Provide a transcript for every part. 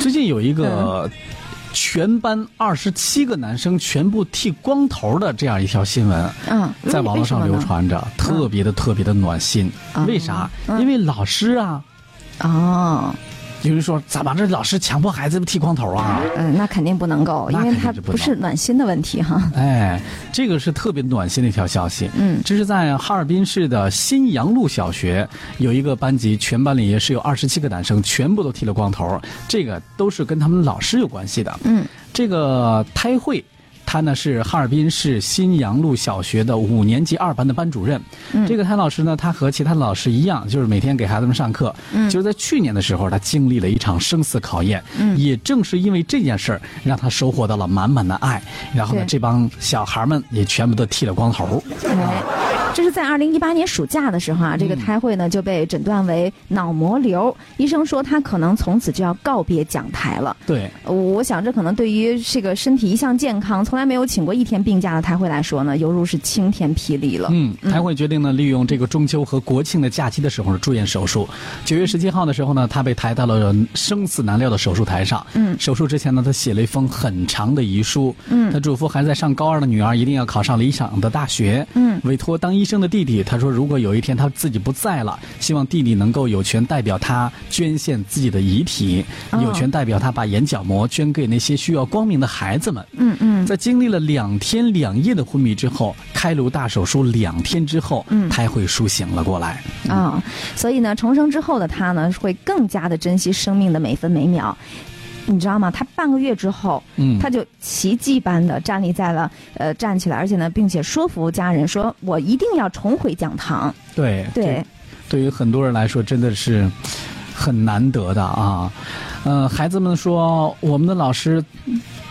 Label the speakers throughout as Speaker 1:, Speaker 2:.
Speaker 1: 最近有一个
Speaker 2: 嗯
Speaker 1: 全班二十七个男生全部剃光头的这样一条新闻，
Speaker 2: 嗯，
Speaker 1: 在网络上流传着，特别的特别的暖心。
Speaker 2: 嗯
Speaker 1: 为啥？因为老师啊，
Speaker 2: 哦，
Speaker 1: 有人说咋把这老师强迫孩子们剃光头啊？
Speaker 2: 嗯，那肯定不能够，因
Speaker 1: 那
Speaker 2: 为
Speaker 1: 肯定
Speaker 2: 它
Speaker 1: 是不
Speaker 2: 不是暖心的问题哈。
Speaker 1: 哎，这个是特别暖心的一条消息。
Speaker 2: 嗯
Speaker 1: 这是在哈尔滨市的新阳路小学有一个班级，全班里是有二十七个男生，全部都剃了光头，这个都是跟他们老师有关系的。
Speaker 2: 嗯
Speaker 1: 这个胎慧，他呢是哈尔滨市新阳路小学的五年级二班的班主任。
Speaker 2: 嗯
Speaker 1: 这个胎老师呢，他和其他老师一样，就是每天给孩子们上课。
Speaker 2: 嗯
Speaker 1: 就是在去年的时候，他经历了一场生死考验。
Speaker 2: 嗯
Speaker 1: 也正是因为这件事儿，让他收获到了满满的爱。然后呢，
Speaker 2: 对
Speaker 1: 这帮小孩们也全部都剃了光头。
Speaker 2: 哎，这是在二零一八年暑假的时
Speaker 1: 嗯
Speaker 2: 候啊，这个胎慧呢就被诊断为脑膜瘤，医生说他可能从此就要告别讲台了。
Speaker 1: 对，
Speaker 2: 呃我想这可能对于这个身体一向健康、从来没有请过一天病假的胎慧来说呢，犹如是晴天霹雳了。
Speaker 1: 嗯，台会决定呢，利用这个中秋和国庆的假期的时候呢，住院手术。九月十七号的时候呢，他被抬到了生死难料的手术台上。
Speaker 2: 嗯
Speaker 1: 手术之前呢，他写了一封很长的遗书。
Speaker 2: 嗯
Speaker 1: 他嘱咐还在上高二的女儿一定要考上理想的大学。
Speaker 2: 嗯
Speaker 1: 委托当医生的弟弟，他说如果有一天他自己不在了，希望弟弟能够有权代表他捐献自己的遗体，
Speaker 2: 哦
Speaker 1: 有权代表他把眼角膜捐给那些需要光明的孩子们。
Speaker 2: 嗯嗯
Speaker 1: 在经历了两天两夜的昏迷之后，开颅大手术两天之后，
Speaker 2: 嗯
Speaker 1: 胎会苏醒了过来。
Speaker 2: 啊、所以呢，重生之后的他呢，会更加的珍惜生命的每分每秒。你知道吗？他半个月之后，
Speaker 1: 嗯
Speaker 2: 他就奇迹般的站立在了，呃，站起来，而且呢，并且说服家人说：“我一定要重回讲堂。
Speaker 1: 对”
Speaker 2: 对，，
Speaker 1: 这对于很多人来说真的是很难得的啊。呃，孩子们说，我们的老师，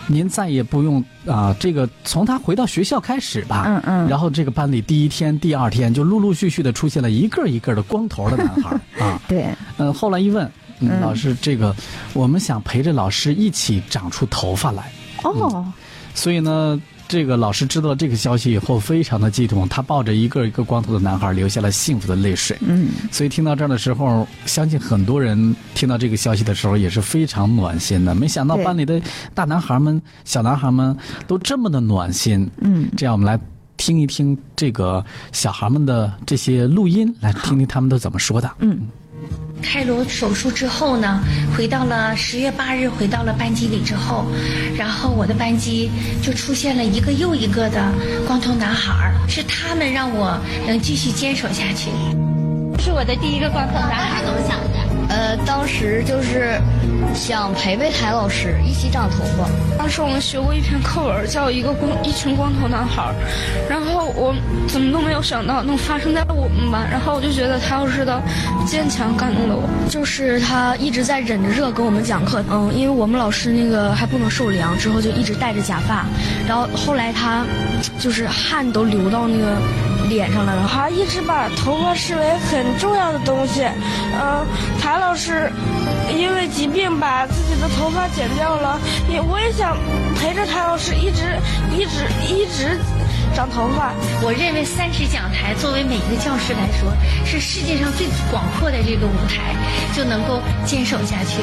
Speaker 1: 您再也不用啊、这个从他回到学校开始吧。
Speaker 2: 嗯嗯
Speaker 1: 然后这个班里第一天、第二天就陆陆续续的出现了一个一个的光头的男孩儿啊。
Speaker 2: 对，
Speaker 1: 呃，后来一问，嗯，
Speaker 2: 嗯
Speaker 1: 老师，这个我们想陪着老师一起长出头发来。
Speaker 2: 哦，
Speaker 1: 所以呢，这个老师知道了这个消息以后，非常的激动，他抱着一个一个光头的男孩，流下了幸福的泪水。
Speaker 2: 嗯，
Speaker 1: 所以听到这儿的时候，相信很多人听到这个消息的时候也是非常暖心的。没想到
Speaker 2: 对
Speaker 1: 班里的大男孩们、小男孩们都这么的暖心。
Speaker 2: 嗯，
Speaker 1: 这样我们来听一听这个小孩们的这些录音，来听听他们都怎么说的。
Speaker 3: 开颅手术之后呢，回到了十月八日，回到了班级里之后，然后我的班级就出现了一个又一个的光头男孩儿，是他们让我能继续坚守下去。
Speaker 4: 是我的第一个挂科男孩。怎么想的？
Speaker 5: 呃，当时就是想陪陪台老师一起长头发。
Speaker 6: 当时我们学过一篇课文，叫《一个光一群光头男孩》，然后我怎么都没有想到能发生在我们班，然后我就觉得谭老师的坚强感动了我。
Speaker 5: 就是他一直在忍着热给我们讲课，嗯，因为我们老师那个还不能受凉，之后就一直戴着假发，然后后来他就是汗都流到那个脸上来了。
Speaker 6: 他一直把头发视为很重要的东西，嗯，谭老师因为疾病把自己的头发剪掉了，也我也想陪着谭老师一直一直一直长头发。
Speaker 3: 我认为三十讲台作为每一个教师来说，是世界上最广阔的这个舞台，就能够坚守下去。